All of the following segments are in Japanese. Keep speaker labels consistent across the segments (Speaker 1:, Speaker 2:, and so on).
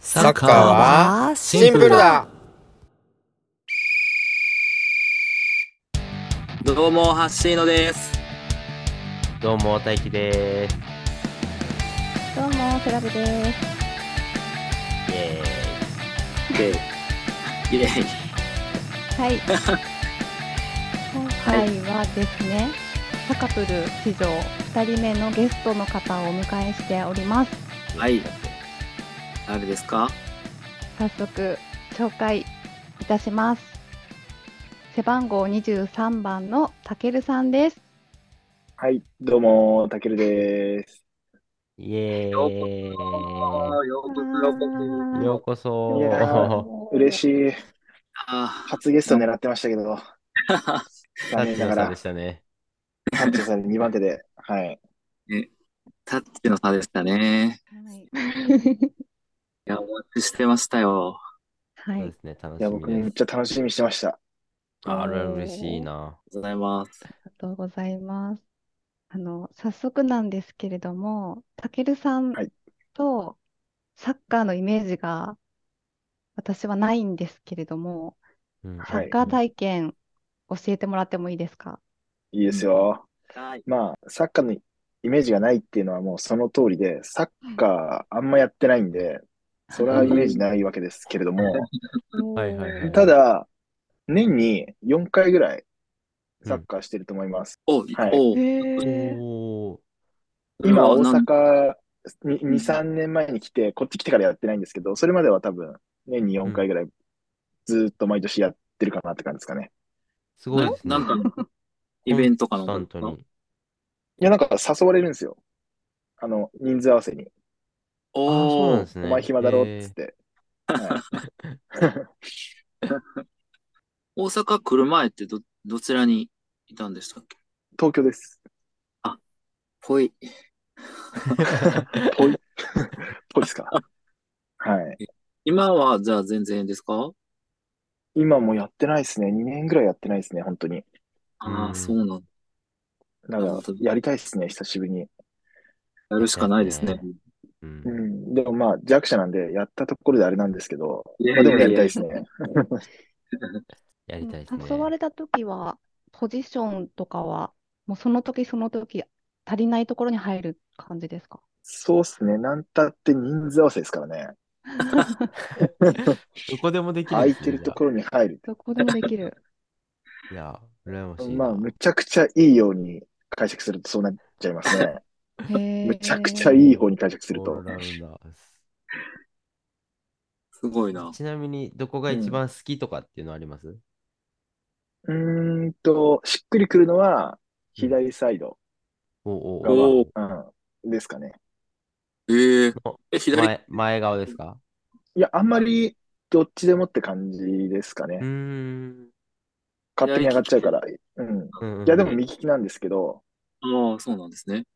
Speaker 1: サッカーはシンプルだ
Speaker 2: どうも、ハッシーノです。
Speaker 3: どうも、大輝です。
Speaker 4: どうも、クラブです。
Speaker 3: イエー
Speaker 2: で、イエーイ。
Speaker 4: はい。今回はですね、サカプル史上2人目のゲストの方をお迎えしております。
Speaker 3: イ。
Speaker 2: はい誰ですか
Speaker 4: 早速、紹介いたします。背番号23番のたけるさんです。
Speaker 5: はい、どうも、たけるです。
Speaker 3: イエ
Speaker 2: よう
Speaker 3: ー
Speaker 2: こそ、ようこそ、ようこ
Speaker 3: イ。ようこ
Speaker 5: いや
Speaker 3: そ。
Speaker 5: ー嬉しい。
Speaker 2: そ。あ
Speaker 5: 初ゲスト狙ってましたけど、
Speaker 2: あ、
Speaker 3: タ
Speaker 5: 残
Speaker 3: ッ
Speaker 5: 念
Speaker 3: チ
Speaker 5: な
Speaker 3: の
Speaker 5: が
Speaker 3: 差で
Speaker 5: ら
Speaker 3: し、たね。
Speaker 5: タッチさん2番手で、はい。
Speaker 2: タッチの差でしたね。
Speaker 4: はい。
Speaker 2: いや、お待ちしてましたよ。
Speaker 4: は
Speaker 3: そうで
Speaker 4: い。
Speaker 3: すね、楽
Speaker 5: いや、
Speaker 3: し
Speaker 5: 僕め
Speaker 3: み
Speaker 5: っ
Speaker 3: で
Speaker 5: ちゃ楽しみにしてました。
Speaker 3: す。あら、嬉しいな。
Speaker 2: ありがとうございます。
Speaker 4: ありがとうございます。あの、早速なんですけれども、たけるさん
Speaker 5: はい
Speaker 4: とサッカーのイメージが私はないんですけれども、
Speaker 3: うん
Speaker 4: サ
Speaker 5: は
Speaker 4: ッ
Speaker 5: い
Speaker 4: カー体験教えてもらってもいいですか
Speaker 5: いいですよ。
Speaker 2: はい。
Speaker 5: まあ、サッカーのイメージがないっていうのはもうその通りで、サッカーあんまやってないんで、それはイメージないわけですけれども、
Speaker 3: はいはいはい
Speaker 5: ただ、年に4回ぐらいサッカーしてると思います。
Speaker 2: お、
Speaker 5: はい
Speaker 2: お、
Speaker 4: へ
Speaker 3: おー。
Speaker 5: 今、大
Speaker 2: なん
Speaker 5: 阪に、2、3年前に来て、こっち来てからやってないんですけど、それまでは多分、年に4回ぐらい、ずーっと毎年やってるかなって感じですかね。
Speaker 3: すごいですね。
Speaker 2: なんかの、イベントか
Speaker 3: コ
Speaker 2: の
Speaker 3: ンスタントに。
Speaker 5: いや、なんか誘われるんですよ。あの、人数合わせに。
Speaker 3: あーそうなん
Speaker 2: お
Speaker 3: で
Speaker 2: ー、
Speaker 3: す
Speaker 5: お
Speaker 3: ね。
Speaker 5: 前暇だろっ
Speaker 3: え
Speaker 5: つ
Speaker 3: ー
Speaker 5: って。はい
Speaker 2: 大阪来る前ってど、どちらにいたんでしたっけ
Speaker 5: 東京です。
Speaker 2: ぽい。
Speaker 5: ぽい。ぽいっ すか。はい。
Speaker 2: 今は、じゃあ全然ですか
Speaker 5: 今もうやってないですね。2年ぐらいやってないですね、本当に。
Speaker 2: あ
Speaker 3: う
Speaker 2: あ、
Speaker 3: ん
Speaker 2: そうなん
Speaker 5: だから、やりたいですね、久しぶりに。
Speaker 2: やるしかないですね。
Speaker 3: うん
Speaker 5: う。ん。でもまあ、弱者なんで、やったところであれなんですけど、
Speaker 2: いや
Speaker 5: まあでも
Speaker 2: いや
Speaker 5: や
Speaker 2: いや
Speaker 5: りたいですね。
Speaker 3: やりたいですね。
Speaker 4: 誘われた時は、ポジションとかは、もうその時その時足りないところに入る感じ ですか
Speaker 5: そうっすね。なんたって人数合わせですからね。
Speaker 3: どこでもできるん
Speaker 5: 空
Speaker 3: で
Speaker 5: い
Speaker 3: すね。
Speaker 5: てるところに入る。
Speaker 4: どこでもできる。
Speaker 3: じゃあ。いや、羨ましいな。
Speaker 5: まあ、むちゃくちゃいいように解釈するとそうなっちゃいます ね。
Speaker 4: へ
Speaker 5: むちゃくち
Speaker 4: ー
Speaker 5: ゃいい方に解釈する
Speaker 3: オー
Speaker 5: と
Speaker 3: ル。ラウンダーです
Speaker 2: すごいな。
Speaker 3: ちなみに、どこが一番好きとかっていうのあります
Speaker 5: うーんと、しっくりくるのは、左サイド、
Speaker 3: おお
Speaker 2: おー
Speaker 5: うん、ですかね。
Speaker 2: ええ
Speaker 3: お
Speaker 2: え、
Speaker 3: お
Speaker 2: 左、
Speaker 3: 前前顔ですか
Speaker 5: いや、あんまりどっちでもって感じですか
Speaker 3: うー
Speaker 5: ね。
Speaker 3: ん。
Speaker 5: 勝手に上がっちゃうから。うん。い
Speaker 3: うんうん
Speaker 5: や、でも右利きなんですけど、
Speaker 2: ああ、そうなんですね。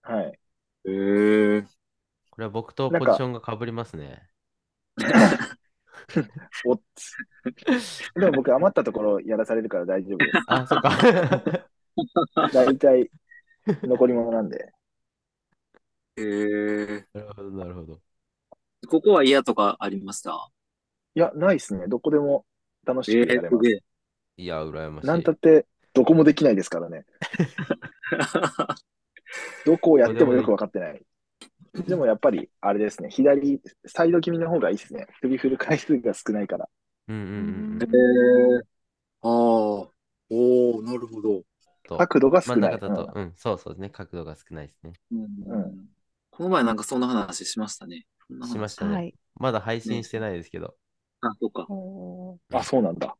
Speaker 5: はい。
Speaker 2: ええ
Speaker 3: これは僕とポ
Speaker 5: なん
Speaker 3: ジ
Speaker 5: か
Speaker 3: ションが被りますね。
Speaker 5: おっ つでも僕、余ったところやらされるから大丈夫です。
Speaker 3: あ、そっか。
Speaker 5: 大体、残り物なんで。
Speaker 2: ええ
Speaker 3: なるほど、なるほど。
Speaker 2: ここは嫌とかありました
Speaker 5: いや、ないですね。どこでも楽し
Speaker 2: ええ
Speaker 5: くやれ
Speaker 2: す
Speaker 5: ます。
Speaker 2: げえ。
Speaker 3: いや、羨ましい。
Speaker 5: なんたって、どこもできないですからね。どこをやってもよく分かってない。でもやっぱり、あれですね、左、サイド気味の方がいいですね。首振る回数が少ないから。
Speaker 3: うんうんうんうん。ち
Speaker 4: うん
Speaker 2: ええ ああ、おおなるほど。
Speaker 3: ょっと
Speaker 5: 角度が少
Speaker 3: 真ん
Speaker 5: ない。
Speaker 3: 中だと、うん、そうそうですね。角度が少ないですね。
Speaker 2: うん
Speaker 5: ん
Speaker 2: この前なんかそんな話しましたね。そんな話
Speaker 3: しました
Speaker 4: は
Speaker 3: ね。
Speaker 4: い。
Speaker 3: まだ配信してないですけど、
Speaker 2: あ、そうか。
Speaker 4: おー
Speaker 5: うんあ、そうなんだ。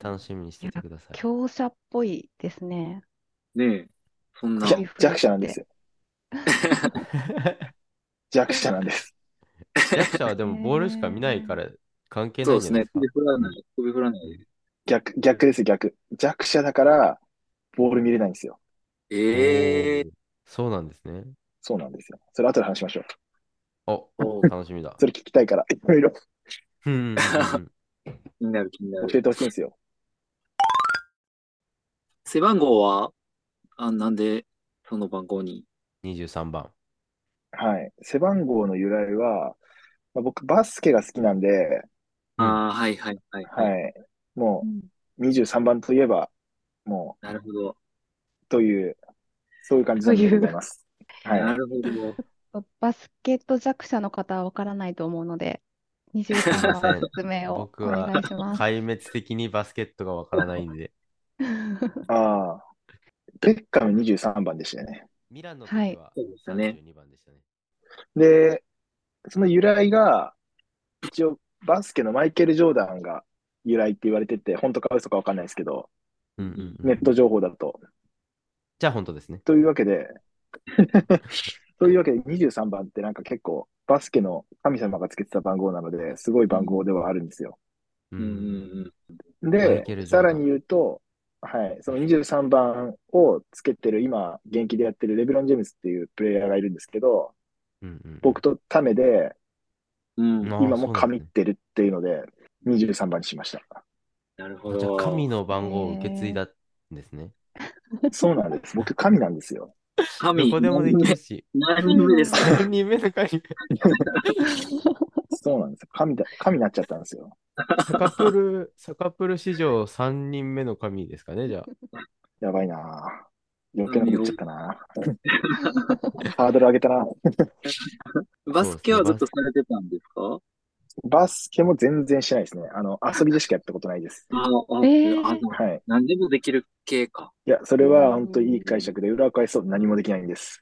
Speaker 3: 楽しみにしててください。
Speaker 4: 強者っぽいですね。
Speaker 2: ねえ。そんな。
Speaker 5: じゃ弱者なんですよ。
Speaker 3: 弱
Speaker 5: 弱者なんです。
Speaker 3: 者はでもボールしか見ないから関係な
Speaker 2: そ
Speaker 3: いん
Speaker 2: うで
Speaker 3: じ
Speaker 2: す
Speaker 3: ゃない
Speaker 2: ね
Speaker 3: で。す
Speaker 2: 首。
Speaker 3: か
Speaker 2: 振らない。首振らない。
Speaker 5: 逆、逆ですよ、逆。弱者だから、ボール見れないんですよ。
Speaker 2: ええ
Speaker 3: おーそうなんですね。
Speaker 5: そうなんですよ。それ後で話しましょう。
Speaker 3: お、
Speaker 2: お
Speaker 3: 楽しみだ
Speaker 5: そ。れ聞きたいから、いろいろ
Speaker 3: うんうんうん
Speaker 2: 気になる気になる。
Speaker 5: 教えてほしいんですよ。
Speaker 2: 背番号はあ、なんでその番号に
Speaker 3: うん23番。
Speaker 5: はい。背番号の由来は、まあ僕、バスケが好きなんで、
Speaker 3: うん
Speaker 2: ああ、はいはいはい。
Speaker 5: はい。も
Speaker 4: うん
Speaker 5: う、23番といえば、も
Speaker 2: なるほど。
Speaker 5: う、という、そういう感じなんでございます。はい。
Speaker 2: なるほど。
Speaker 4: バスケット弱者の方はわからないと思うので、23番の説明を
Speaker 3: 僕
Speaker 4: お
Speaker 3: は
Speaker 4: 願いします。
Speaker 3: 壊滅的にバスケットがわからないんで。
Speaker 5: ああ。ベッカム23番でしたよね。
Speaker 3: ミランの時
Speaker 4: はい
Speaker 3: は
Speaker 2: そうでしたね
Speaker 3: 32番でしたね。
Speaker 5: で、その由来が、一応、バスケのマイケル・ジョーダンが由来って言われてて、本当か嘘かわかんないですけど、
Speaker 3: うんうんうん
Speaker 5: ネット情報だと。
Speaker 3: じゃあ本当ですね。
Speaker 5: というわけで、 というわけで23番ってなんか結構、バスケの神様がつけてた番号なので、すごい番号ではあるんですよ。
Speaker 3: う
Speaker 2: うんうん
Speaker 3: マ
Speaker 5: で
Speaker 3: イケル、ジョー
Speaker 5: さ
Speaker 3: ダン
Speaker 5: らに言うと、はい、その23番をつけてる、今、現役でやってるレブロン・ジェームズっていうプレイヤーがいるんですけど、
Speaker 3: うんうん
Speaker 5: 僕とタメで、
Speaker 2: うん。うん。
Speaker 3: あー
Speaker 5: 今も
Speaker 3: そうなん
Speaker 5: 神
Speaker 3: です
Speaker 5: っ
Speaker 3: ね
Speaker 5: てるっていうので、23番にしました。
Speaker 2: なるほ
Speaker 3: あじゃあ
Speaker 2: ど。
Speaker 3: 神の番号を受け継いだんですね。
Speaker 5: そうなんです。僕、神なんですよ。
Speaker 3: ど
Speaker 2: 神
Speaker 3: こでもできるし。
Speaker 2: 何人目ですか
Speaker 3: 3人目の神。
Speaker 5: そうなんです。神だ、神になっちゃったんですよ。
Speaker 3: サカプル、サカプル史上3人目の神ですかね、じゃあ。
Speaker 5: やばいなぁ余計なこと言っちゃっ たなぁハードル上げたな
Speaker 2: バスケはずっとされてたんですか
Speaker 5: バスケも全然しないですね。あの、遊びでしかやったことないです。
Speaker 2: ああ、あ
Speaker 4: えー
Speaker 2: あの
Speaker 5: はい。
Speaker 2: 何でもできる系か。
Speaker 5: いや、それは本当にいい解釈で、裏を返そうと何もできないんです。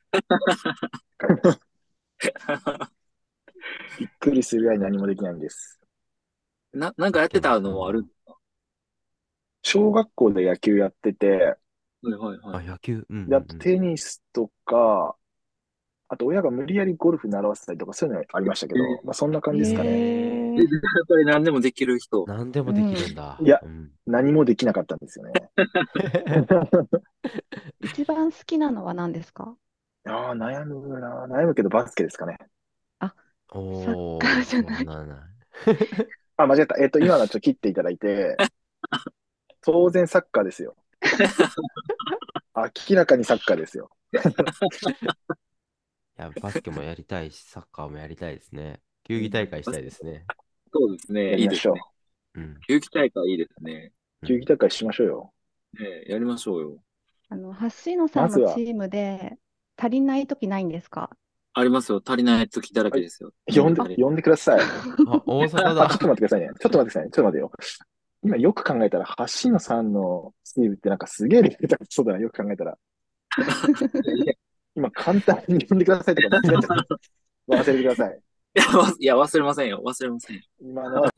Speaker 5: びっくりするぐらい何もできないんです。
Speaker 2: な、なんかやってたのはある
Speaker 5: 小学校で野球やってて、
Speaker 2: はいはいは
Speaker 3: あ、
Speaker 2: い。
Speaker 3: 野球。うんうんうん
Speaker 5: で、あとテニスとか、あと親が無理やりゴルフ習わせたりとか、そういうのありましたけど、まあそんな感じですかね。
Speaker 4: へ
Speaker 2: で
Speaker 4: ー
Speaker 2: やっぱり何でもできる人。
Speaker 3: 何でもできるんだ。
Speaker 5: うんいや
Speaker 3: うん
Speaker 5: 何もできなかったんですよね。
Speaker 4: 一番好きなのは何ですか
Speaker 5: ああ、悩むな。悩むけどバスケですかね。
Speaker 3: おー
Speaker 4: サッカーじゃない
Speaker 3: そうなんだ
Speaker 5: あ、間違った。えっと、今のはちょっと切っていただい て、当然サッカー ですよ。明らかにサッカーですよ。
Speaker 3: いや、バスケもやりたいし、サッカーもやりたいですね。球技大会したいですね。
Speaker 2: そうですね。
Speaker 5: や
Speaker 2: い
Speaker 5: り
Speaker 2: い
Speaker 5: ま
Speaker 2: で
Speaker 5: し
Speaker 2: す
Speaker 5: ょ
Speaker 2: ね
Speaker 5: う。。
Speaker 3: うん。
Speaker 2: 球技大会いいですね。
Speaker 5: 球技大会しましょうよ。
Speaker 2: ねやりましょうよ。
Speaker 4: あの、ハッシーノさん
Speaker 5: まず
Speaker 4: の
Speaker 5: は
Speaker 4: チームで足りない時ないんですか
Speaker 2: ありますよ。足りない時だらけですよ。
Speaker 5: 呼んで、呼んでください。
Speaker 3: あ、大阪
Speaker 5: あ、ちょっ
Speaker 3: だ。
Speaker 5: と待ってくださいね。ちょっと待ってくださいね。ちょっと待ってよ。今よく考えたら、橋野さんのスティーブってなんかすげえレベル高そうだな。よく考えたら。 今簡単に呼んでくださいとか間違っちゃ った。忘れてくださ い。
Speaker 2: いや、わいや忘れませんよ。忘れませんよ。
Speaker 5: 今のは、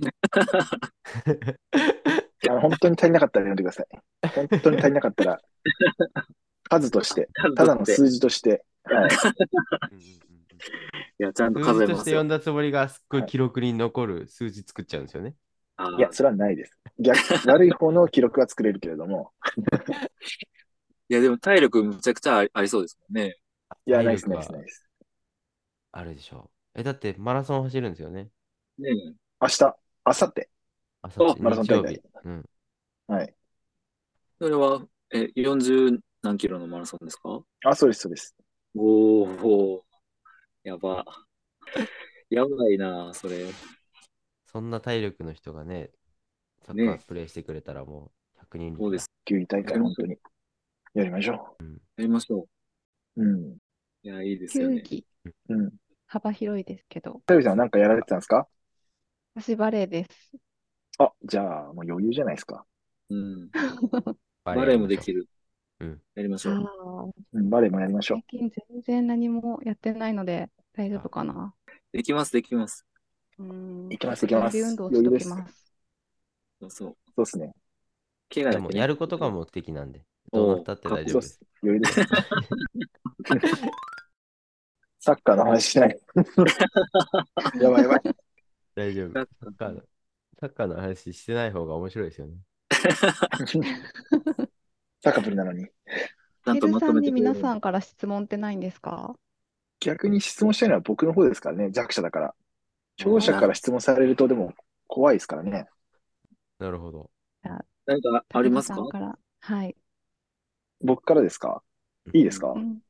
Speaker 5: あの本当に足りなかったら呼んでください。本当に足りなかった ら、数として、ただの
Speaker 2: い
Speaker 5: 数字として、はい、
Speaker 2: や、ちゃんと数
Speaker 3: 数
Speaker 2: え
Speaker 3: 字と
Speaker 2: ま
Speaker 3: し
Speaker 2: す
Speaker 3: て呼ん
Speaker 2: よ。
Speaker 3: だつもりが、すっごい記録に残る数字作っちゃうんですよね。
Speaker 2: あー
Speaker 5: いや、それはないです。 逆、悪い方の記録は作れるけれども、
Speaker 2: いや、でも体力むちゃくちゃありありそうですもんね。
Speaker 5: いや、ないです、
Speaker 3: 体力は
Speaker 5: ないです、ないです。
Speaker 3: あるでしょう。え、だってマラソン走るんですよね。
Speaker 2: ね
Speaker 5: 明日、明後日、
Speaker 3: あさって
Speaker 5: マラソン
Speaker 3: 日曜
Speaker 5: 大
Speaker 3: 日
Speaker 5: 会。
Speaker 3: うん。
Speaker 5: はい。
Speaker 2: それは、え、40何キロのマラソンですか
Speaker 5: あ、そうです、そうです。
Speaker 2: おーおー、やば。やばいな、それ。
Speaker 3: そんな体力の人がね、サッカ
Speaker 2: ね
Speaker 3: ープレイしてくれたらもう100人
Speaker 2: そうです。
Speaker 5: 球技大会、本当に。やりましょ
Speaker 2: やりましょ
Speaker 5: う。うん。
Speaker 2: う。いや、いいですよ
Speaker 4: 球
Speaker 2: ね。
Speaker 4: 技、
Speaker 5: うん。
Speaker 4: 幅広いですけど、
Speaker 5: 田口さん、なんかやられてたんですか
Speaker 4: 私バレーです。
Speaker 5: あ、じゃあ、もう余裕じゃないですか。
Speaker 2: うん。
Speaker 3: バ
Speaker 2: バレーもでき
Speaker 3: る。
Speaker 2: る
Speaker 3: うん。
Speaker 2: やりましょ
Speaker 4: あ
Speaker 2: う。
Speaker 4: ー
Speaker 5: うん、バレーもやりましょう
Speaker 4: 最。近全然何もやってないので大丈夫かな。
Speaker 2: できます、できます。
Speaker 4: うーん、
Speaker 5: いけますいけます
Speaker 4: 準備運動をしときます。
Speaker 2: そうそう。
Speaker 5: そうですね。
Speaker 2: 怪我
Speaker 3: で
Speaker 2: だけね
Speaker 3: もやることが目的なんで、
Speaker 2: おー
Speaker 3: どうなったって大丈夫
Speaker 5: そう
Speaker 3: で
Speaker 5: っ
Speaker 3: す
Speaker 5: す。。余裕です。サッカーの話 しない。やばいやばい。
Speaker 3: 大丈夫。
Speaker 2: だっ
Speaker 3: サッカーの、サッカーの話してない方が面白いですよね。
Speaker 5: サッカーぶりなのに。
Speaker 2: ちゃん
Speaker 4: ヒ
Speaker 2: と
Speaker 4: ル
Speaker 2: ま
Speaker 4: さ
Speaker 2: と
Speaker 4: ん
Speaker 2: めて
Speaker 4: に
Speaker 2: くれる
Speaker 4: 皆さんから質問ってないんですか
Speaker 5: 逆に質問したいのは僕の方ですからね、弱者だから。強者から質問されると、でも怖いですからね。
Speaker 3: なるほど。
Speaker 2: なんかありますか
Speaker 4: ヒルさんらはい。
Speaker 5: 僕からですかいいですか
Speaker 4: うん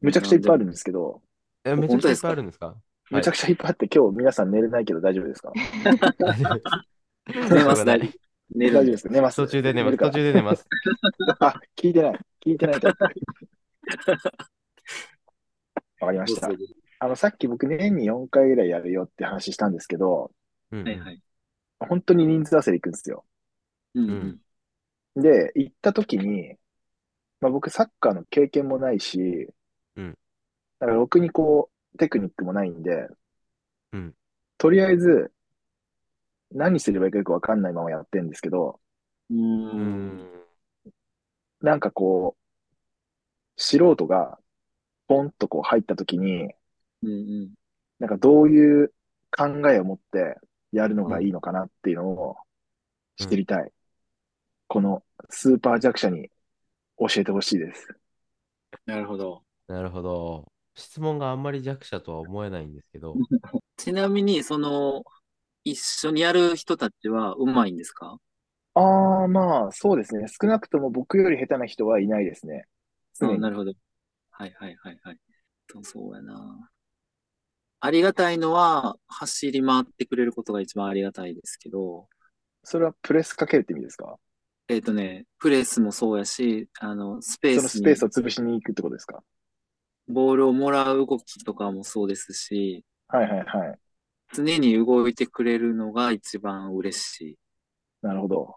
Speaker 5: むちゃくちゃいっぱいあるんですけど、
Speaker 3: え、めちゃくちゃいっぱいあるんですか
Speaker 5: めちゃくちゃ引っ張って、今日皆さん寝れないけど大丈夫 ですか
Speaker 2: 寝ます、大丈夫。寝
Speaker 5: 大丈夫
Speaker 2: る。
Speaker 5: です。寝ます。
Speaker 3: 途中で寝ます。
Speaker 5: 寝るか
Speaker 3: 途中で寝ます。
Speaker 5: あ、聞いてない。聞いてな いタイプ。わかりました。あの、さっき僕年に4回ぐらいやるよって話したんですけど、
Speaker 3: うん
Speaker 2: はいはい。
Speaker 5: 本当に人数合わせで行くんですよ。
Speaker 2: うんう
Speaker 3: うん
Speaker 2: ん。
Speaker 5: で、行った時に、まあ、僕サッカーの経験もないし、
Speaker 3: うん
Speaker 5: だからろくにこう、テクニックもないんで、
Speaker 3: うん
Speaker 5: とりあえず、何すればいいかよくわかんないままやってんですけど、
Speaker 2: う。
Speaker 3: うんん。
Speaker 5: なんかこう、素人が、ポンとこう入った時に、
Speaker 2: うん。
Speaker 5: なんかどういう考えを持ってやるのがいいのかなっていうのを知りたい。このスーパー弱者に教えてほしいです。
Speaker 2: なるほど。
Speaker 3: なるほど。質問があんまり弱者とは思えないんですけど、
Speaker 2: ちなみに、その、一緒にやる人たちはうまいんですか
Speaker 5: ああ、まあ、そうですね。少なくとも僕より下手な人はいないですね。常
Speaker 2: うん、
Speaker 5: に。
Speaker 2: なるほど。はいはいはいはい。そうそうやな。ありがたいのは、走り回ってくれることが一番ありがたいですけど、
Speaker 5: それはプレスかけるって意味ですか
Speaker 2: えっとね、プレスもそうやし、あの、スペー
Speaker 5: その
Speaker 2: ス
Speaker 5: スペー
Speaker 2: に
Speaker 5: スを潰しに行くってことですか
Speaker 2: ボールをもらう動きとかもそうですし、
Speaker 5: はいはいはい。
Speaker 2: 常に動いてくれるのが一番嬉しい。
Speaker 5: なるほど。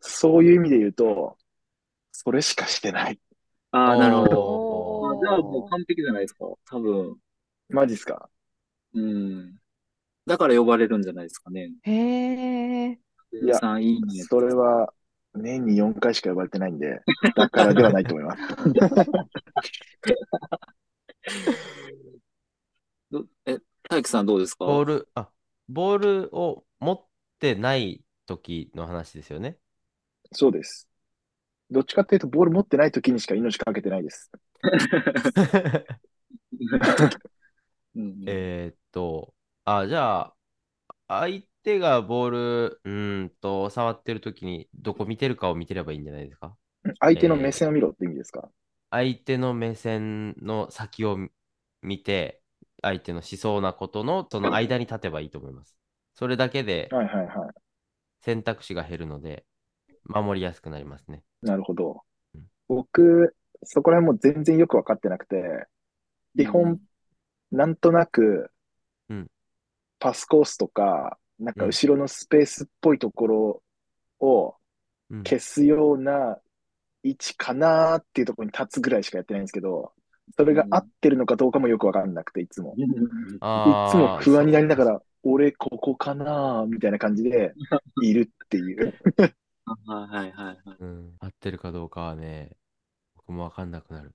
Speaker 5: そういう意味で言うと、それしかしてない。
Speaker 2: ああ、なるほど。
Speaker 3: お
Speaker 2: じゃあもう完璧じゃないですか。多分。
Speaker 5: マジっすか
Speaker 2: うん。だから呼ばれるんじゃないですかね。
Speaker 4: へえ。
Speaker 5: いや
Speaker 2: さんいいね。
Speaker 5: それは年に4回しか呼ばれてないんで、だからではないと思います。
Speaker 2: どえ、大樹さんどうですか
Speaker 3: ボール、あ、ボールを持ってない時の話ですよね。
Speaker 5: そうです。どっちかっていうと、ボール持ってない時にしか命かけてないです。
Speaker 2: うん うん
Speaker 3: えーっと、あ、じゃあ、相手がボール、うーんと、触ってる時に、どこ見てるかを見てればいいんじゃないですか。
Speaker 5: 相手の目線を見ろって意味ですか
Speaker 3: 相手の目線の先を見て、相手のしそうなことの、その間に立てばいいと思います。それだけで
Speaker 5: はいはいは
Speaker 3: 選択肢が減るので、守りやすくなりますね。
Speaker 5: い。なるほど
Speaker 3: うん。
Speaker 5: 僕、そこら辺も全然よくわかってなくて、基本、なんとなく
Speaker 3: うん、
Speaker 5: パスコースとか、なんか
Speaker 3: うん
Speaker 5: 後ろのスペースっぽいところを
Speaker 3: うん
Speaker 5: 消すような位置かなーっていうところに立つぐらいしかやってないんですけど、それが合ってるのかどうかもよくわかんなくて、いつも。
Speaker 2: うん
Speaker 5: いつも
Speaker 3: あー
Speaker 5: 不安になりながら、俺ここかなーみたいな感じでいるっ ていう。
Speaker 2: はいはいはいはい。
Speaker 3: そううん合ってるかどうかはね、僕もわかんなくなる。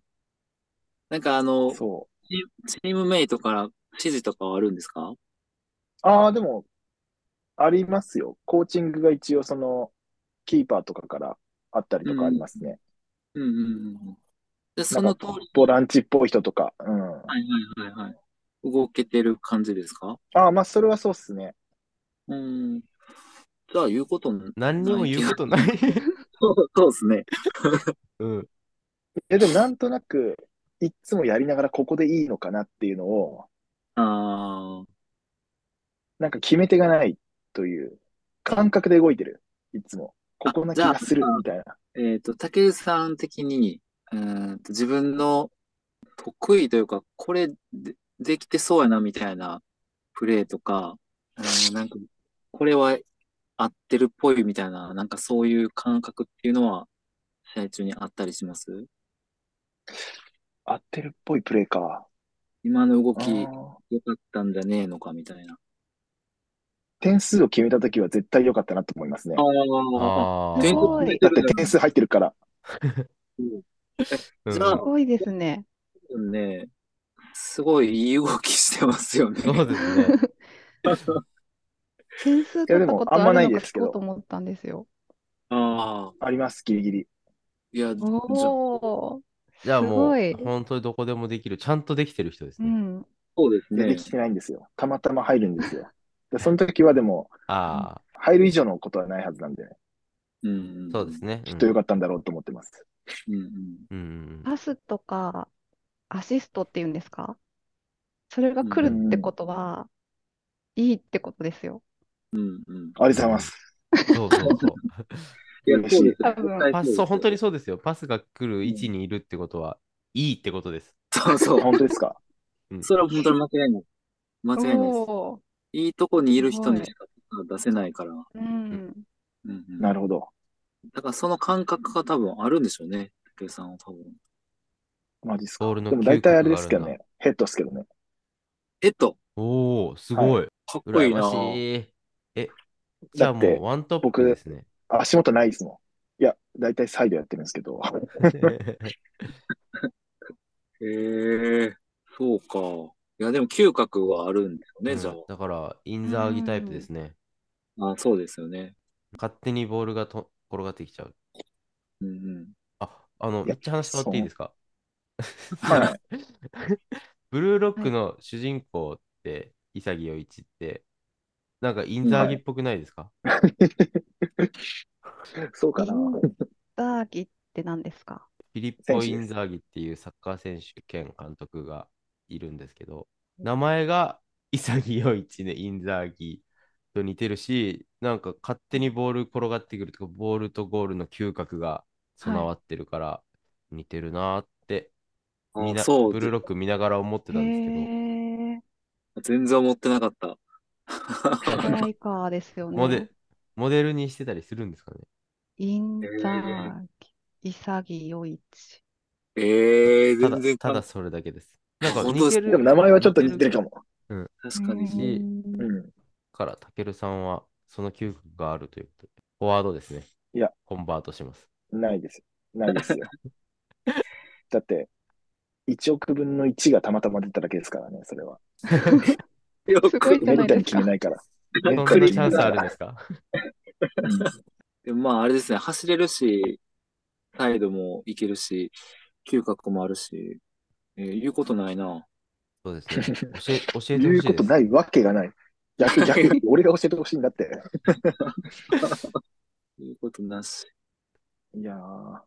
Speaker 2: なんかあの、
Speaker 5: そう。
Speaker 2: チームメイトから指示とかはあるんですか
Speaker 5: ああ、でも、ありますよ。コーチングが一応その、キーパーとかからあったりとかありますね。
Speaker 2: うんうんうん。で、そ
Speaker 5: なん
Speaker 2: の
Speaker 5: か
Speaker 2: 通り、
Speaker 5: ボランチっぽい人とか。うん。
Speaker 2: はいはいはいはい。動けてる感じですか
Speaker 5: ああ、まあ、それはそうっすね。
Speaker 2: うん。じゃあ言うことも、
Speaker 3: 何にも言うこと ない。
Speaker 2: そうそうですね。
Speaker 3: うん。
Speaker 5: え、でもなんとなく、いっつもやりながらここでいいのかなっていうのを、
Speaker 2: ああ、
Speaker 5: なんか決め手がないという感覚で動いてる。いつも。ここな気
Speaker 2: あじゃあ
Speaker 5: がするみたいな。
Speaker 2: えっと、竹内さん的に、うーんと自分の得意というか、これで、できてそうやなみたいなプレーとか、うん、なんか、これは合ってるっぽいみたいな、なんかそういう感覚っていうのは、試合中にあったりします
Speaker 5: 合ってるっぽいプレーか。
Speaker 2: 今の動
Speaker 5: あ
Speaker 2: き、
Speaker 5: ー
Speaker 2: 良かったんじゃねえのかみたいな。
Speaker 5: 点数を決めたときは絶対良かったなと思いますね。
Speaker 2: ああ、
Speaker 3: あ
Speaker 2: 全
Speaker 3: ー
Speaker 4: 国
Speaker 2: 国で
Speaker 5: だって点数入ってるから。
Speaker 3: うん
Speaker 2: じゃあ
Speaker 4: すごいですね。
Speaker 2: ね、すごいいい動きしてますよね。
Speaker 3: そうです ね。
Speaker 4: 点数取ったことあるのか聞こうと思ったんですよ。
Speaker 2: ああ、
Speaker 5: あります、ギリギリ。
Speaker 2: いや、じゃ
Speaker 4: おお。
Speaker 3: じゃあ
Speaker 4: す
Speaker 3: も
Speaker 4: ご
Speaker 3: う
Speaker 4: い、
Speaker 3: 本当にどこでもできる、ちゃんとできてる人です
Speaker 4: う
Speaker 3: ね。
Speaker 4: ん。
Speaker 2: そうです
Speaker 5: で、で
Speaker 2: ね。
Speaker 5: きてないんですよ。たまたま入るんですよ。で、その時はでも、
Speaker 3: あ
Speaker 5: 入る以上のことはないはずなんで、
Speaker 2: うん
Speaker 3: あ、そうですね。
Speaker 5: きっと良か
Speaker 3: っ
Speaker 5: ったんだろうと思ってます。
Speaker 2: うんうん。
Speaker 3: た。うんうんうん
Speaker 4: パスとか、アシストっていうんですかそれが来るってことは、いいってことですよ。
Speaker 2: うんうん。
Speaker 5: ありがとうございます。
Speaker 3: そうそうそう。
Speaker 2: いや、そうですよ。
Speaker 4: 多分
Speaker 2: 絶対
Speaker 3: パ
Speaker 2: です
Speaker 3: ス、そ
Speaker 2: よ
Speaker 3: う、本当にそうですよ。パスが来る位置にいるってことは、いいってことです。
Speaker 2: そうそう。
Speaker 5: 本当ですか
Speaker 2: それは本当に間違いない。間違いないです。
Speaker 4: おー
Speaker 2: いいとこにいる人にしか出せないから。
Speaker 4: うん。
Speaker 2: うんうん
Speaker 5: なるほど。
Speaker 2: だからその感覚が多分あるんでしょうね。武井さんは多分。
Speaker 5: マジっすか。
Speaker 3: ボールの
Speaker 5: でも大体あれ
Speaker 3: 嗅覚が
Speaker 5: ですけど
Speaker 3: ある
Speaker 5: ね。ヘッドっすけどね。
Speaker 2: えっと、
Speaker 3: おお、すごい。
Speaker 2: かっこい
Speaker 3: 羨
Speaker 2: いな
Speaker 3: ま。しい。え、じゃあも
Speaker 5: だって
Speaker 3: うワントップですね。
Speaker 5: 足元ないですもん。いや、大体サイドやってるんですけど。
Speaker 2: へえ、そうか。いや、でも嗅覚はあるんですよね、じゃ
Speaker 3: うんだから、インザーギタイプですね。
Speaker 2: あ。あそうですよね。
Speaker 3: 勝手にボールがと転がってきちゃう。
Speaker 2: うんうん。
Speaker 3: あ、あの、
Speaker 5: い
Speaker 3: め
Speaker 5: や
Speaker 3: っちゃ話変わっていいですか
Speaker 5: は
Speaker 3: ブルーロックの主人公って、潔陽一って、なんかインザーギっぽくないですか、
Speaker 5: そうかな。
Speaker 4: ダーギって何ですか
Speaker 3: フィリッポ・
Speaker 5: 選手
Speaker 3: イ
Speaker 5: です
Speaker 3: ンザーギっていうサッカー選手兼監督がいるんですけど、名前が潔陽一ね、インザーギと似てるし、なんか勝手にボール転がってくるとか、ボールとゴールの嗅覚が備わってるから、似てるなーって、
Speaker 2: あ
Speaker 3: みな
Speaker 2: そう
Speaker 3: ブルーロック見ながら思ってたんですけど、
Speaker 4: へえ、
Speaker 2: 全然思ってなか った。
Speaker 4: ストライカーですよ
Speaker 3: モデ
Speaker 4: ね。
Speaker 3: モデルにしてたりするんですかね。
Speaker 4: インザーギ、イサギヨイチ。
Speaker 2: ええ、
Speaker 3: ただ
Speaker 2: 全然、
Speaker 3: ただそれだけです。なんか
Speaker 2: 本
Speaker 3: 似
Speaker 2: 当です
Speaker 3: て
Speaker 2: か
Speaker 3: る
Speaker 5: でも名前はちょっと似てるかも。
Speaker 2: 確か
Speaker 3: うん
Speaker 2: に。
Speaker 5: う
Speaker 4: うん
Speaker 5: ん。
Speaker 3: から、たけるさんはその嗅覚があるということで、フォワードですね。
Speaker 5: いや、
Speaker 3: コンバートします。
Speaker 5: ないです。な いですよ。だって、1億分の1がたまたま出ただけですからね、それは。
Speaker 2: よ
Speaker 4: すごいじ
Speaker 5: め
Speaker 4: ゃ
Speaker 5: っ
Speaker 4: ない
Speaker 5: た
Speaker 4: で
Speaker 5: に
Speaker 4: す
Speaker 5: 決め
Speaker 4: か。
Speaker 5: な いから。
Speaker 3: そん
Speaker 5: め
Speaker 3: な
Speaker 5: っ
Speaker 3: チ
Speaker 5: たに決
Speaker 3: ャ
Speaker 5: め
Speaker 3: ンス
Speaker 5: な
Speaker 3: あ
Speaker 5: い
Speaker 3: るんで
Speaker 5: から。
Speaker 3: す か
Speaker 2: でもまああれですね、走れるし、サイドもいけるし、嗅覚もあるし、えー言うことないな。
Speaker 3: そうですね。教え教えて
Speaker 5: 言
Speaker 3: ほ
Speaker 5: う
Speaker 3: しい
Speaker 5: こ
Speaker 3: で
Speaker 5: と
Speaker 3: す。
Speaker 5: ないわけがない。逆、逆、俺が教えてほしいんだって。
Speaker 2: 言うことなし。
Speaker 5: いやー、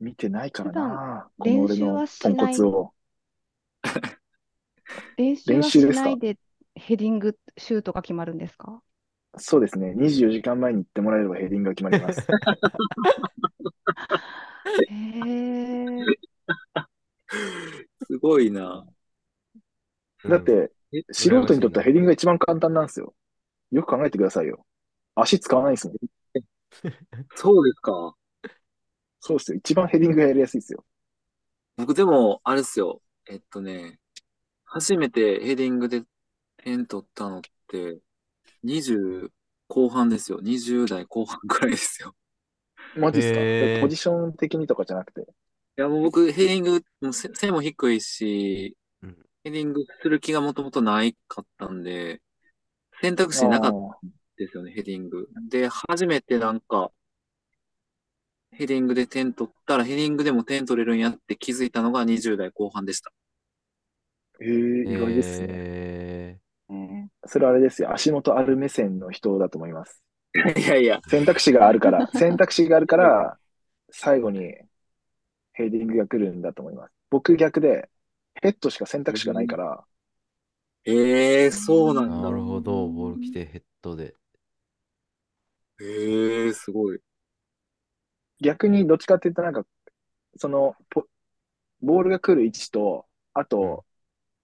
Speaker 5: 見てないから
Speaker 4: 普
Speaker 5: な。この
Speaker 4: 練
Speaker 5: 俺
Speaker 4: 習
Speaker 5: の
Speaker 4: はし
Speaker 5: ポ
Speaker 4: ない
Speaker 5: ンコツを。
Speaker 4: 練習は
Speaker 5: 練習
Speaker 4: し
Speaker 5: ですか
Speaker 4: ないでヘディング、シュートが決まるんですか
Speaker 5: そうですね。24時間前に行ってもらえればヘディングが決まります。
Speaker 4: へえ、
Speaker 2: すごいな。
Speaker 5: だっ
Speaker 3: うん、
Speaker 5: て、
Speaker 2: え
Speaker 5: 素人にとってはヘディングが一番簡単なんですよ。よく考えてくださいよ。足使わないですもん。
Speaker 2: そうですか。
Speaker 5: そうですよ。一番ヘディングがやりやすいですよ。
Speaker 2: 僕でも、あれですよ。えっとね、初めてヘディングで点取ったのって、20後半ですよ。20代後半くらいですよ。
Speaker 5: マジっすか、
Speaker 3: へー
Speaker 5: ポジション的にとかじゃなくて。
Speaker 2: いや、もう僕、ヘディング、もうせ背も低いし
Speaker 3: うん、
Speaker 2: ヘディングする気がもともとないかったんで、選択肢なかったんですよね、ヘディング。で、初めてなんか、ヘディングで点取ったら、ヘディングでも点取れるんやって気づいたのが20代後半でした。
Speaker 5: えー、意外ですね。
Speaker 3: え
Speaker 5: それはあれですよ。足元ある目線の人だと思います。
Speaker 2: いやいや、
Speaker 5: 選択肢があるから、選択肢があるから、最後にヘディングが来るんだと思います。僕逆で、ヘッドしか選択肢がないから、
Speaker 2: ええー、そうな
Speaker 3: ー、
Speaker 2: んだ
Speaker 3: な。るほど。ボール来てヘッドで。
Speaker 2: ええー、すごい。
Speaker 5: 逆にどっちかって言ったらなんか、その、ポボールが来る位置と、あと、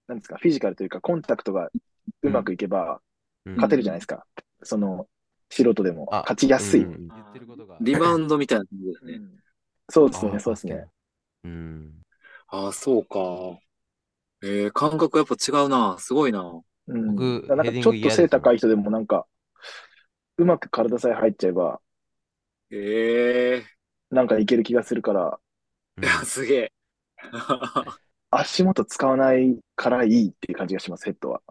Speaker 5: なんですか、フィジカルというか、コンタクトがうまくいけば、
Speaker 3: うん
Speaker 5: 勝てるじゃないですか。その、素人でも、
Speaker 3: あ
Speaker 5: 勝ちやすい。
Speaker 3: うんうん言ってることが。
Speaker 2: リバウンドみたいな感じですね。
Speaker 5: そう
Speaker 3: あ
Speaker 5: ですね、
Speaker 3: ー
Speaker 5: そうですね。。
Speaker 3: うん。
Speaker 2: ああ、そうか。ええー、感覚やっぱ違うな。すごいな。
Speaker 5: うん、
Speaker 3: 僕
Speaker 5: だからなんかちょっと背高い人でもなんか、うまく体さえ入っちゃえば、
Speaker 2: ええ
Speaker 5: なんかいける気がするから、
Speaker 3: うん
Speaker 2: ー、い や、すげえ。
Speaker 5: 足元使わないからいいっていう感じがします、ヘッドは。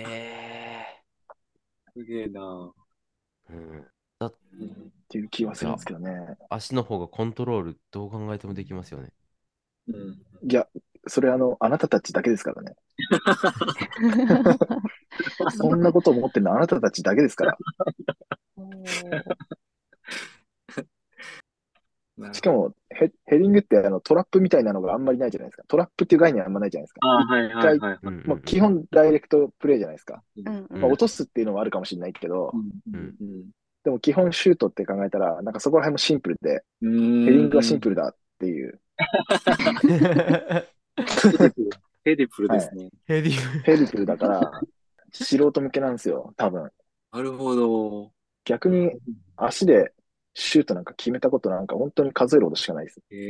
Speaker 3: え
Speaker 2: すげえな。
Speaker 3: ーうん
Speaker 2: うん
Speaker 5: っていう気はするんですけどね。
Speaker 3: 足の方がコントロール、どう考えてもできますよね。
Speaker 2: うん、
Speaker 5: いや、それあの、あなたたちだけですからね。そん なことを思ってるのはあなたたちだけですから。
Speaker 4: おー
Speaker 5: しかもヘ、ヘディングってあのトラップみたいなのがあんまりないじゃないですか。トラップっていう概念あんまないじゃないですか。
Speaker 2: あーはいはいはい。
Speaker 3: うんうん
Speaker 5: もう基本ダイレクトプレーじゃないですか。
Speaker 4: うんうん
Speaker 5: まあ、落とすっていうのはあるかもしれないけど、
Speaker 2: うんうん
Speaker 5: でも基本シュートって考えたら、なんかそこら辺もシンプルで、
Speaker 2: う
Speaker 5: ヘ
Speaker 2: ん
Speaker 5: ディングがシンプルだっ ていう、
Speaker 2: ヘディプルですね。
Speaker 3: ヘディング。
Speaker 5: ヘディプルだから、素人向けなんですよ、多分。
Speaker 2: なるほど。
Speaker 5: 逆に足でシュートなんか決めたことなんか本当に数えるほどしかないです。
Speaker 2: ええ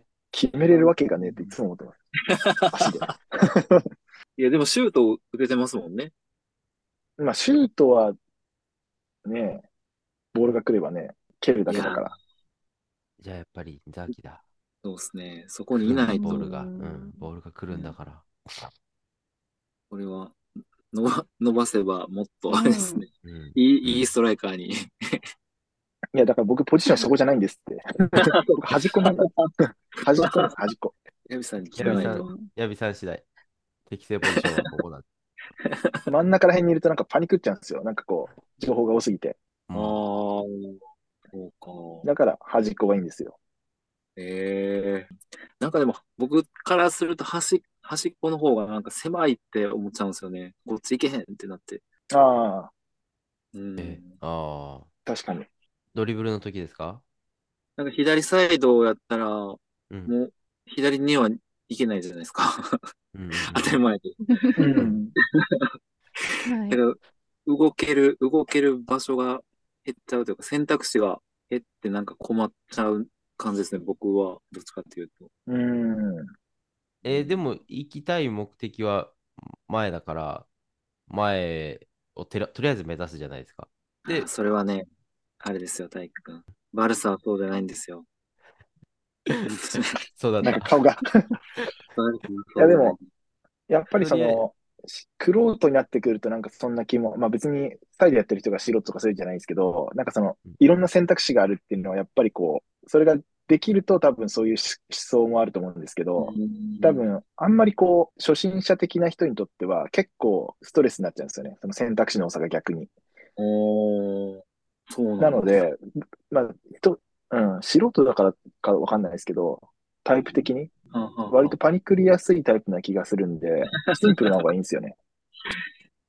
Speaker 3: へ
Speaker 5: 決めれるわけがねえっていつも思ってます。 足で。
Speaker 2: いや、でもシュートを受けてますもんね。
Speaker 5: まあ、シュートは、ね、ボールが来ればね、蹴るだけだから。
Speaker 3: ーじゃあやっぱりインザーキだ。
Speaker 2: そうですね。そこにいない
Speaker 3: ボー
Speaker 2: と、
Speaker 3: ルが、うん、ボールが来るんだから。
Speaker 2: これは伸ば伸ばせばもっとあれですね。
Speaker 3: うん。
Speaker 2: いいいいストライカーに。
Speaker 5: いや、だから僕ポジションそこじゃないんですって。僕端っこなんだ。端っこなんです、端っこ。
Speaker 2: ヤビさんに聞かない
Speaker 3: ヤビさ
Speaker 2: と。
Speaker 3: ヤビさん次第。適正ポジションはこ こだ。
Speaker 5: 真ん中ら辺にいるとなんかパニックっちゃうんですよ。なんかこう、情報が多すぎて。
Speaker 2: ああー、
Speaker 3: も
Speaker 2: そうか。
Speaker 5: だから端っこがいいんですよ。
Speaker 2: ええなんかでも僕からすると端、端っこの方がなんか狭いって思っちゃうんですよね。こっち行けへんってなって。
Speaker 5: ああ、
Speaker 2: うん
Speaker 3: う。え、ああ。
Speaker 5: 確かに。
Speaker 3: ドリブルの時ですか
Speaker 2: なんか左サイドやったら、も
Speaker 3: うん。
Speaker 2: う左には行けないじゃないですか。
Speaker 3: うんうんうん
Speaker 2: 当たり前で。
Speaker 5: うん。
Speaker 4: はい
Speaker 2: だから動ける、動ける場所が減っちゃうというか、選択肢が減ってなんか困っちゃう感じですね、僕は。どっちかっていうと。
Speaker 5: うん。
Speaker 3: えーでも行きたい目的は前だから、前をてらとりあえず目指すじゃないですか。で
Speaker 2: あ、それはね、あれですよ、大輝くん。バルサはそうじゃないんですよ。
Speaker 3: そうだっ
Speaker 5: な
Speaker 3: た
Speaker 5: んか顔が。
Speaker 2: い
Speaker 5: やでも、やっぱりそ
Speaker 3: とりあえ
Speaker 5: の、クロートになってくるとなんかそんな気も、まあ別にサイドやってる人が素人とかそういうんじゃないですけど、なんかその
Speaker 3: うん、
Speaker 5: いろんな選択肢があるっていうのはやっぱりこう、それができると多分そういうし思想もあると思うんですけど、多分あんまりこう、初心者的な人にとっては結構ストレスになっちゃうんですよね。その選択肢の多さが逆に。
Speaker 2: おー、そうなんだ
Speaker 5: なの、で、まあ、と、うん、素人だからかわかんないですけど、タイプ的に割
Speaker 2: 割
Speaker 5: とパニックりやすいタイプな気がするんで、シンプルな方がいいんですよね。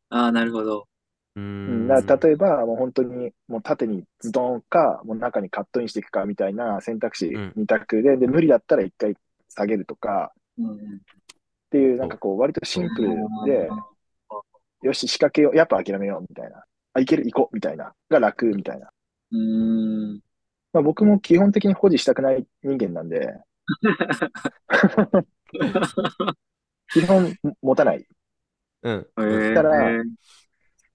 Speaker 2: ああ、なるほど。
Speaker 3: うー
Speaker 5: うん
Speaker 3: ん
Speaker 5: だから例えば、もう本当にもう縦にズドンか、もう中にカットインしていくかみたいな選択肢
Speaker 3: うん
Speaker 5: 2択で、で、無理だったら1回下げるとか
Speaker 2: うん
Speaker 5: っていう、なんかこう、割とシンプルで、よし、仕掛けよう、やっぱ諦めようみたいな、あ、いける、行こうみたいな、が楽みたいな。
Speaker 2: うん。
Speaker 5: まあ、僕も基本的に保持したくない人間なんで、 基本持たない、
Speaker 3: うん。
Speaker 2: えー、
Speaker 5: たら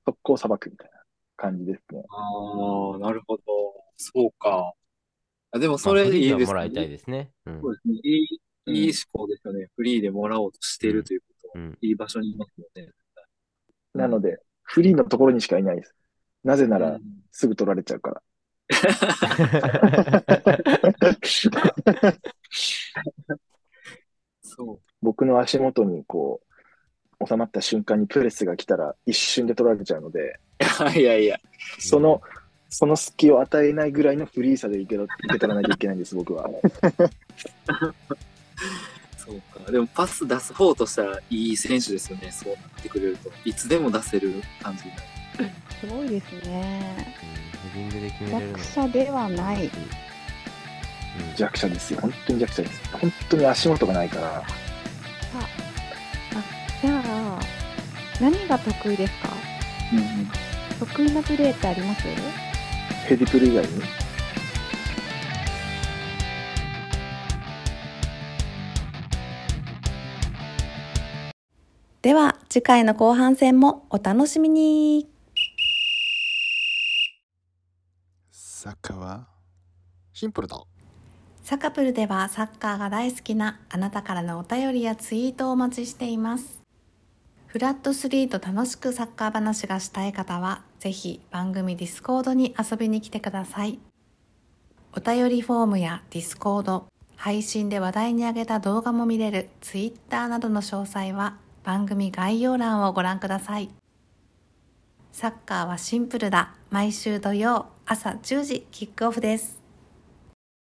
Speaker 5: 速攻さばくみたいな感じですね。
Speaker 2: ああ、なるほど。そうか。あ、でもそ
Speaker 3: まあ
Speaker 2: れ
Speaker 3: フ
Speaker 2: い
Speaker 3: リー
Speaker 2: い
Speaker 3: は
Speaker 2: です
Speaker 3: もらいたい
Speaker 2: ね。
Speaker 3: ですね。うん
Speaker 2: そうですね。いい、いい思考ですよね。フリーでもらおうとしているということは、
Speaker 3: うん
Speaker 2: いい場所にいますよね。
Speaker 5: なので、フリーのところにしかいないです。なぜな
Speaker 2: う
Speaker 5: ら、
Speaker 2: ん
Speaker 5: すぐ取られちゃ うから。
Speaker 2: そう。
Speaker 5: 僕の足元にこう、収まった瞬間にプレスが来たら一瞬で取られちゃうので、
Speaker 2: いやいや。
Speaker 5: その、その隙を与えないぐらいのフリーさでいけろいけたらないといけないんです、僕は。
Speaker 2: そうか。でもパス出す方としたらいい選手ですよね。そうなってくれると。いつでも出せる感じになる。
Speaker 4: すごいですね。
Speaker 3: ヘディングで決めれるの。
Speaker 4: 弱者ではない
Speaker 3: うん。
Speaker 5: 弱者ですよ。本当に弱者です。本当に足元がないから。
Speaker 4: じゃあ、何が得意ですか得意なプレーってあります
Speaker 5: ヘディプル以外に。
Speaker 1: では次回の後半戦もお楽しみに
Speaker 6: サッカーはシンプルだ。
Speaker 1: サカプルではサッカーが大好きなあなたからのお便りやツイートをお待ちしています。フラット3と楽しくサッカー話がしたい方は、ぜひ番組ディスコードに遊びに来てください。お便りフォームやディスコード、配信で話題に上げた動画も見れるツイッターなどの詳細は番組概要欄をご覧ください。サッカーはシンプルだ。毎週土曜朝10時キックオフです。